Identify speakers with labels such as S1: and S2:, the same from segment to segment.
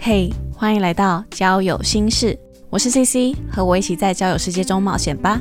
S1: 嘿，欢迎来到交友心事，我是 CC，和我一起在交友世界中冒险吧。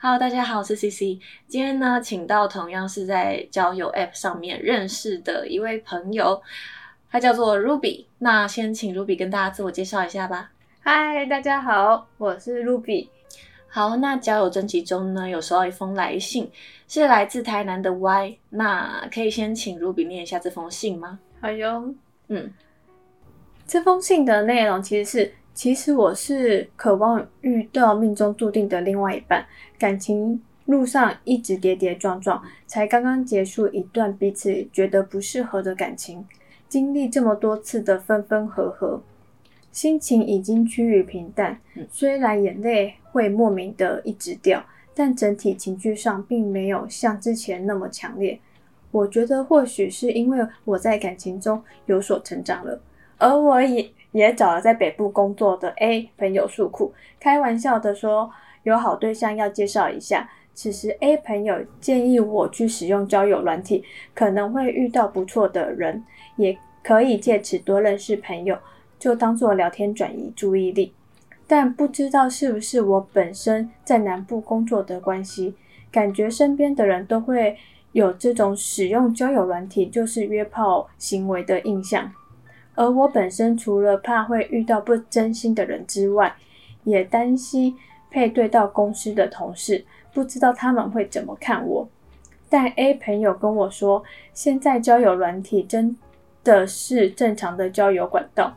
S1: Hello，大家好，我是 CC。今天呢，请到同样是在交友 App 上面认识的一位朋友，他叫做 Ruby。那先请 Ruby 跟大家自我介绍一下吧。
S2: 嗨，大家好，我是 Ruby。
S1: 好，那交友征集中呢，有收到一封来信，是来自台南的 Y。那可以先请 Ruby 念一下这封信吗？
S2: 好哟，
S1: 嗯，
S2: 这封信的内容其实是：其实我是渴望遇到命中注定的另外一半，感情路上一直跌跌撞撞，才刚刚结束一段彼此觉得不适合的感情，经历这么多次的分分合合，心情已经趋于平淡
S1: 嗯。
S2: 虽然眼泪会莫名的一直掉，但整体情绪上并没有像之前那么强烈。我觉得或许是因为我在感情中有所成长了，而我也也找了在北部工作的 A 朋友诉苦，开玩笑的说有好对象要介绍一下。此时 A 朋友建议我去使用交友软体，可能会遇到不错的人，也可以借此多认识朋友，就当做聊天转移注意力。但不知道是不是我本身在南部工作的关系，感觉身边的人都会有这种使用交友软体就是约炮行为的印象。而我本身除了怕会遇到不真心的人之外，也担心配对到公司的同事，不知道他们会怎么看我。但 A 朋友跟我说，现在交友软体真的是正常的交友管道。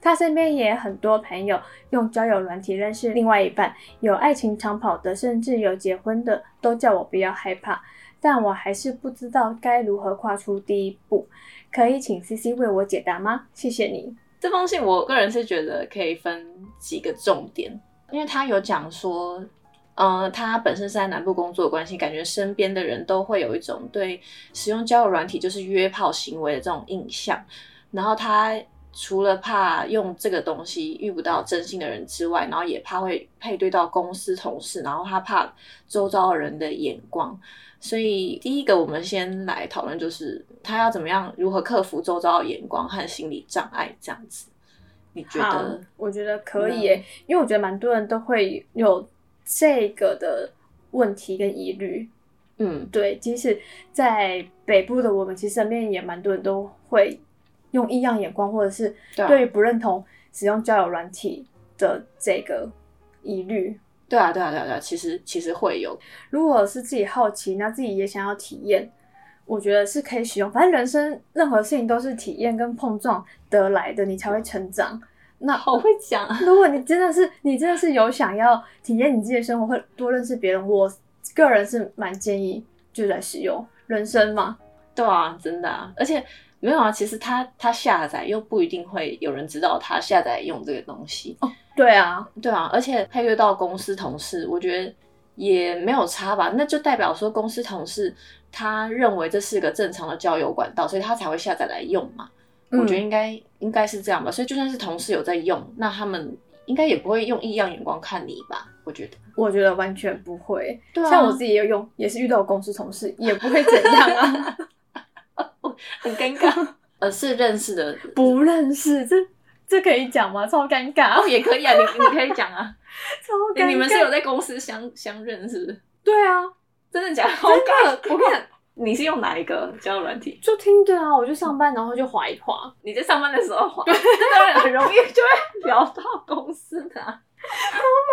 S2: 他身边也很多朋友用交友软体认识另外一半，有爱情长跑的，甚至有结婚的，都叫我不要害怕。但我还是不知道该如何跨出第一步，可以请 C C 为我解答吗？谢谢你。
S1: 这封信我个人是觉得可以分几个重点，因为他有讲说，呃，他本身是在南部工作的关系，感觉身边的人都会有一种对使用交友软体就是约炮行为的这种印象，然后他。除了怕用这个东西遇不到真心的人之外，然后也怕会配对到公司同事，然后他怕周遭的人的眼光，所以第一个我们先来讨论，就是他要怎么样如何克服周遭的眼光和心理障碍这样子。你觉
S2: 好
S1: 得，？
S2: 我觉得可以耶，因为我觉得蛮多人都会有这个的问题跟疑虑。
S1: 嗯，
S2: 对，即使在北部的我们，其实身边也蛮多人都会用异样眼光，或者是
S1: 对啊
S2: 对于不认同使用交友软体的这个疑虑。
S1: 对啊，对啊，对啊，对啊，其实其实会有，
S2: 如果是自己好奇，那自己也想要体验，我觉得是可以使用。反正人生任何事情都是体验跟碰撞得来的，你才会成长。那
S1: 好会讲啊，
S2: 如果你真的是你真的是有想要体验你自己的生活，会多认识别人，我个人是蛮建议就来使用人生嘛。
S1: 对啊，真的啊，而且没有啊，其实他他下载又不一定会有人知道他下载用这个东西，哦
S2: 对啊，
S1: 对啊，而且配对到公司同事，我觉得也没有差吧，那就代表说公司同事他认为这是个正常的交友管道，所以他才会下载来用嘛，我觉得
S2: 嗯、
S1: 应该应该是这样吧，所以就算是同事有在用，那他们应该也不会用异样眼光看你吧，我觉得，
S2: 我觉得完全不会。
S1: 对啊，
S2: 像我自己也有用，也是遇到我公司同事，也不会 怎样啊。
S1: 很尴尬， 呃，是认识的
S2: 不认识，这这可以讲吗？超尴 尬，
S1: 哦，也可以啊，你你可以讲 啊。
S2: 超
S1: 你
S2: 尴尬。
S1: 你们是有在公司相相认是不是？
S2: 对啊，
S1: 真的假的？好尬。我看你是用哪一个交友软体？
S2: 就听着啊，我就上班，然后就划一划。
S1: 你在上班的时候滑， 当然很容易就会聊到公司的啊、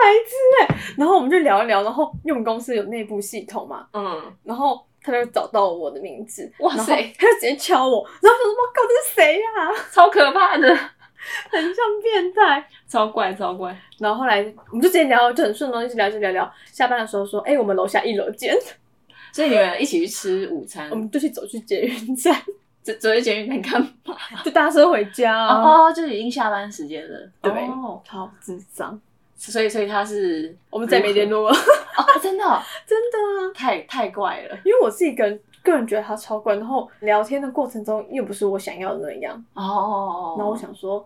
S2: 然后我们就聊一聊，然后因为我们公司有内部系统嘛，
S1: 嗯，
S2: 然后他就找到我的名字，
S1: 哇塞
S2: 然后他就直接敲我，然后我想说我靠，这是谁呀、
S1: 超可怕的，
S2: 很像变态。
S1: 超怪超怪。
S2: 然后后来我们就直接聊，就很顺哦，一直聊，一直聊聊。下班的时候说，哎、我们楼下一楼见，
S1: 所以你们一起去吃午餐
S2: 我，们就去走去捷运站，
S1: 昨昨天监狱在干嘛？
S2: 就搭车回家、啊。
S1: 哦哦，就已经下班时间了。
S2: 对
S1: 哦
S2: 超智障，
S1: 所以所以他是
S2: 我们再也没联络了，
S1: 哦，真的哦
S2: 真的啊，
S1: 太太怪了
S2: 因为我自己个人个人觉得他超怪，然后聊天的过程中又不是我想要的那样，
S1: 哦哦哦。
S2: 然后我想说，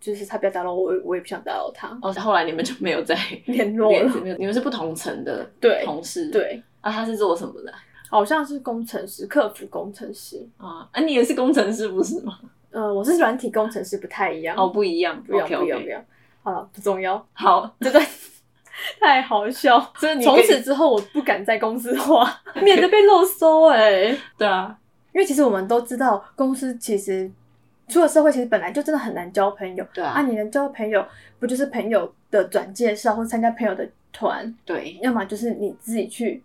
S2: 就是他不要打扰我，我也我也不想打扰 他，
S1: 哦，后来你们就没有再
S2: 联络了，
S1: 你们是不同层的
S2: 对
S1: 同事，
S2: 对，
S1: 啊，他是做什么的？
S2: 好像是工程师，客服工程师。
S1: 啊，啊，你也是工程师不是吗？
S2: 呃，我是软体工程师，不太一样。
S1: 哦，不一样，
S2: 嗯不一样，
S1: OK，OK
S2: 不一样，不一样。好了，不重要。
S1: 好，
S2: 这段太好笑。
S1: 所以你
S2: 从
S1: 可以
S2: 此之后，我不敢在公 司花，免得被漏收哎、
S1: 对啊，
S2: 因为其实我们都知道，公司其实出了社会，其实本来就真的很难交朋友。
S1: 对啊，
S2: 啊，你能交朋友，不就是朋友的转介绍，或参加朋友的团，
S1: 对，啊
S2: 要么就是你自己去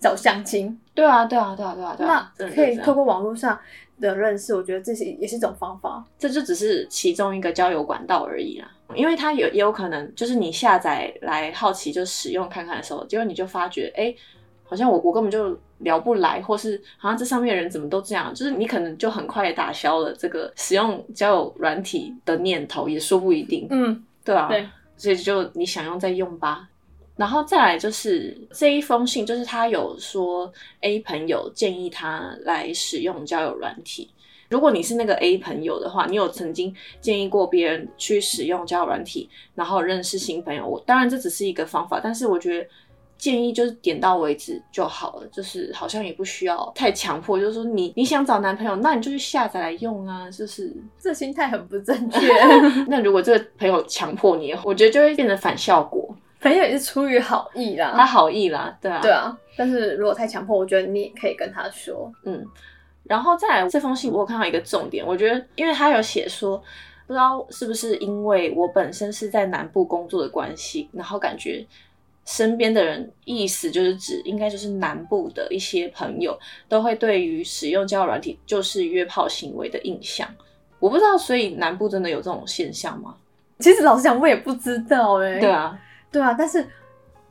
S2: 找相亲。
S1: 对啊，对啊，对啊，对啊，对啊，
S2: 那
S1: 真的
S2: 可以
S1: 是这样
S2: 透过网络上的认识，我觉得这是也是一种方法。
S1: 这就只是其中一个交友管道而已啦。因为它有也有可能，就是你下载来好奇就使用看看的时候，结果你就发觉，哎，好像我我根本就聊不来，或是好像这上面的人怎么都这样，就是你可能就很快打消了这个使用交友软体的念头，也说不一定。
S2: 嗯，
S1: 对啊，
S2: 对，
S1: 所以就你想用再用吧。然后再来就是这一封信，就是他有说 A 朋友建议他来使用交友软体。如果你是那个 A 朋友的话，你有曾经建议过别人去使用交友软体，然后认识新朋友？我当然这只是一个方法，但是我觉得建议就是点到为止就好了，就是好像也不需要太强迫，就是说你你想找男朋友，那你就去下载来用啊，就是
S2: 这心态很不正 确。
S1: 那如果这个朋友强迫你，我觉得就会变成反效果。
S2: 朋友也是出于好意啦，
S1: 他好意啦，啊对啊，
S2: 对啊。但是如果太强迫，我觉得你也可以跟他说，
S1: 嗯。然后再来这封信，我有看到一个重点，我觉得，因为他有写说，不知道是不是因为我本身是在南部工作的关系，然后感觉身边的人，意思就是指应该就是南部的一些朋友，都会对于使用交友软体就是约炮行为的印象。我不知道，所以南部真的有这种现象吗？
S2: 其实老实讲，我也不知道哎、
S1: 对，啊，
S2: 对啊。但是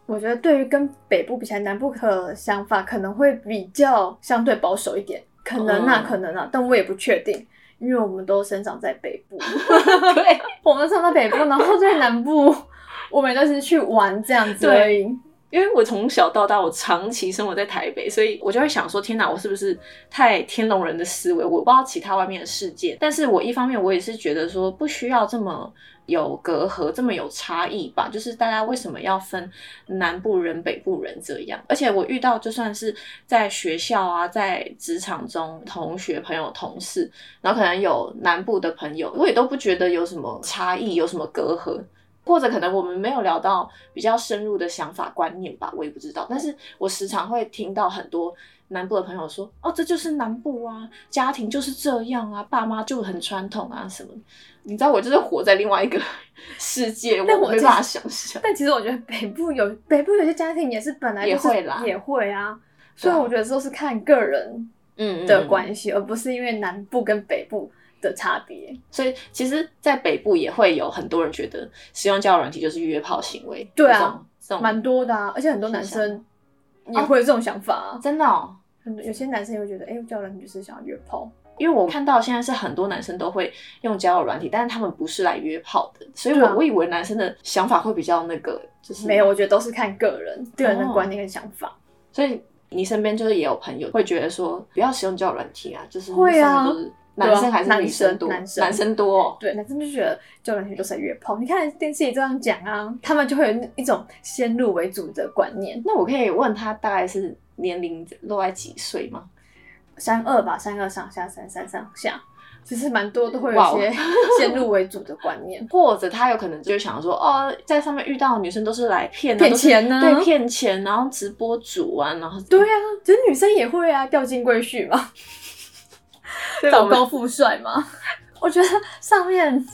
S2: 我觉得对于跟北部比起来，南部的想法可能会比较相对保守一点，可能啊，
S1: 嗯
S2: 可能啊，但我也不确定，因为我们都生长在北 部。
S1: 对，
S2: 我们上到北部，然后在 南部，我们都是去玩这样子
S1: 对
S2: 而已。
S1: 因为我从小到大，我长期生活在台北，所以我就会想说，天哪，我是不是太天龙人的思维？我不知道其他外面的世界。但是我一方面我也是觉得说，不需要这么有隔阂，这么有差异吧。就是大家为什么要分南部人、北部人这样？而且我遇到，就算是在学校啊，在职场中，同学、朋友、同事，然后可能有南部的朋友，我也都不觉得有什么差异，有什么隔阂。或者可能我们没有聊到比较深入的想法观念吧，我也不知道。但是我时常会听到很多南部的朋友说：“哦，这就是南部啊，家庭就是这样啊，爸妈就很传统啊什么的。”你知道，我就是活在另外一个 世界，
S2: 但我
S1: 没
S2: 其实
S1: 办法想象。
S2: 但其实我觉得北部有北部有些家庭也是本来就是
S1: 也会啦
S2: 也会啊。所以我觉得都是看个人
S1: 嗯
S2: 的关系，而不是因为南部跟北部的差别。
S1: 所以其实，在北部也会有很多人觉得使用交友软体就是约炮行为，
S2: 对啊
S1: 这种，这种
S2: 蛮多的啊，而且很多男生也会有这种想法啊。
S1: 真的哦。
S2: 很多有些男生也会觉得，哎、我叫人就是想要约炮，
S1: 因为我
S2: 嗯
S1: 看到现在是很多男生都会用交友软体，但是他们不是来约炮的，所以我、
S2: 对啊
S1: 我以为男生的想法会比较那个，就是
S2: 没有，。我觉得都是看个人个人的观念跟想法。
S1: 所以你身边就是也有朋友会觉得说，不要使用交友软体啊，就是
S2: 会啊
S1: 上面都是男生还
S2: 对啊
S1: 是女生多？
S2: 男生男生
S1: 多、哦。
S2: 对，男生就觉得交友软件都是在约炮。你看电视也这样讲啊，他们就会有一种先入为主的观念。
S1: 那我可以问他大概是年龄落在几岁吗？
S2: 三二吧，三二上下，三三上下，其实蛮多都会
S1: 哇
S2: 有
S1: 哦
S2: 一些 先入为主的观念。
S1: 或者他有可能就想说，哦，在上面遇到的女生都是来 骗、啊、
S2: 骗
S1: 都是
S2: 钱啊
S1: 对，骗钱，然后直播主啊，然后
S2: 对啊，其实女生也会啊，掉进龟婿嘛，
S1: 对
S2: 找
S1: 我们
S2: 高富帅嘛。 我觉得上面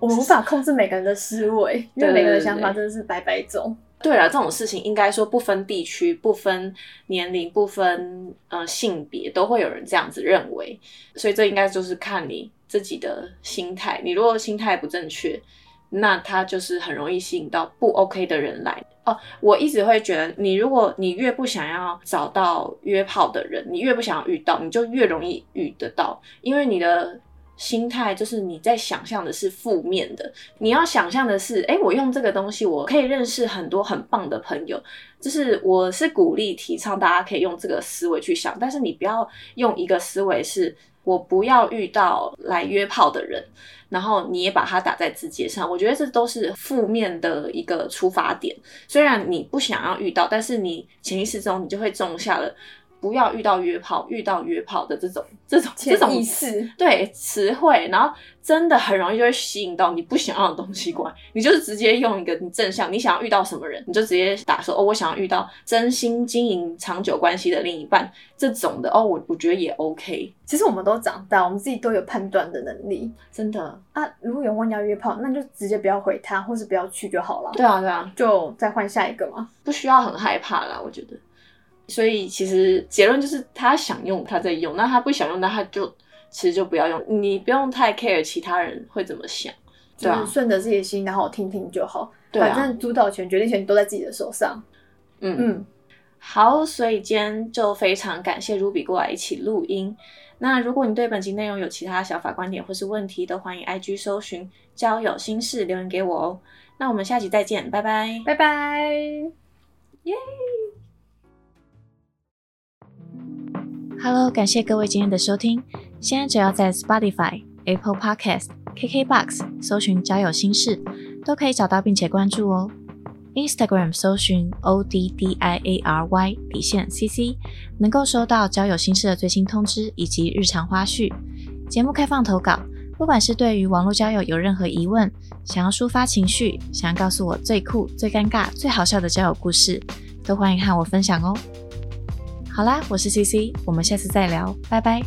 S2: 我们无法控制每个人的思维，因
S1: 对
S2: 为每个
S1: 对
S2: 人的想法
S1: 对
S2: 真的是百百种。
S1: 对啊了，这种事情应该说不分地区、不分年龄、不分呃性别，都会有人这样子认为。所以这应该就是看你自己的心态。你如果心态不正确，那他就是很容易吸引到不 OK 的人来。哦，我一直会觉得，你如果你越不想要找到约炮的人，你越不想要遇到，你就越容易遇得到，因为你的心态就是你在想象的是负面的，你要想象的是，哎，我用这个东西，我可以认识很多很棒的朋友。就是我是鼓励提倡大家可以用这个思维去想，但是你不要用一个思维是，我不要遇到来约炮的人，然后你也把它打在字节上，我觉得这都是负面的一个出发点。虽然你不想要遇到，但是你潜意识中你就会种下了不要遇到约炮、遇到约炮的这种这种 这
S2: 潜
S1: 种
S2: 意识，
S1: 对词汇，然后真的很容易就会吸引到你不想要的东西过来。你就是直接用一个你正向，你想要遇到什么人，你就直接打说哦，我想要遇到真心经营长久关系的另一半这种的哦，我我觉得也 OK，
S2: 其实我们都长大，我们自己都有判断的能力
S1: 真的。
S2: 啊。如果有问你要约炮，那你就直接不要回他，或是不要去就好了。
S1: 对啊，对啊，
S2: 就再换下一个嘛。
S1: 不需要很害怕啦，我觉得。所以其实结论就是，他想用他在用，那他不想用，那他就其实就不要用，你不用太 care 其他人会怎么想。对
S2: 就
S1: 啊
S2: 是顺着自己的心，然后听听就好。
S1: 对啊
S2: 反正主导权、决定权都在自己的手上。
S1: 嗯嗯。
S2: 嗯，
S1: 好，所以今天就非常感谢 Ruby 过来一起录音。那如果你对本集内容有其他想法、观点或是问题，都欢迎 IG 搜寻“交友心事”留言给我哦。那我们下集再见，拜拜。
S2: 拜拜。
S1: Hello，感谢各位今天的收听。现在只要在 Spotify、Apple Podcast、KKBox 搜寻“交友心事”，都可以找到并且关注哦。Instagram 搜寻 O D D I A R Y 底线 C C，能够收到交友心事的最新通知以及日常花絮。节目开放投稿，不管是对于网络交友有任何疑问，想要抒发情绪，想要告诉我最酷、最尴尬、最好笑的交友故事，都欢迎和我分享哦。好啦，我是 CC，我们下次再聊，拜拜。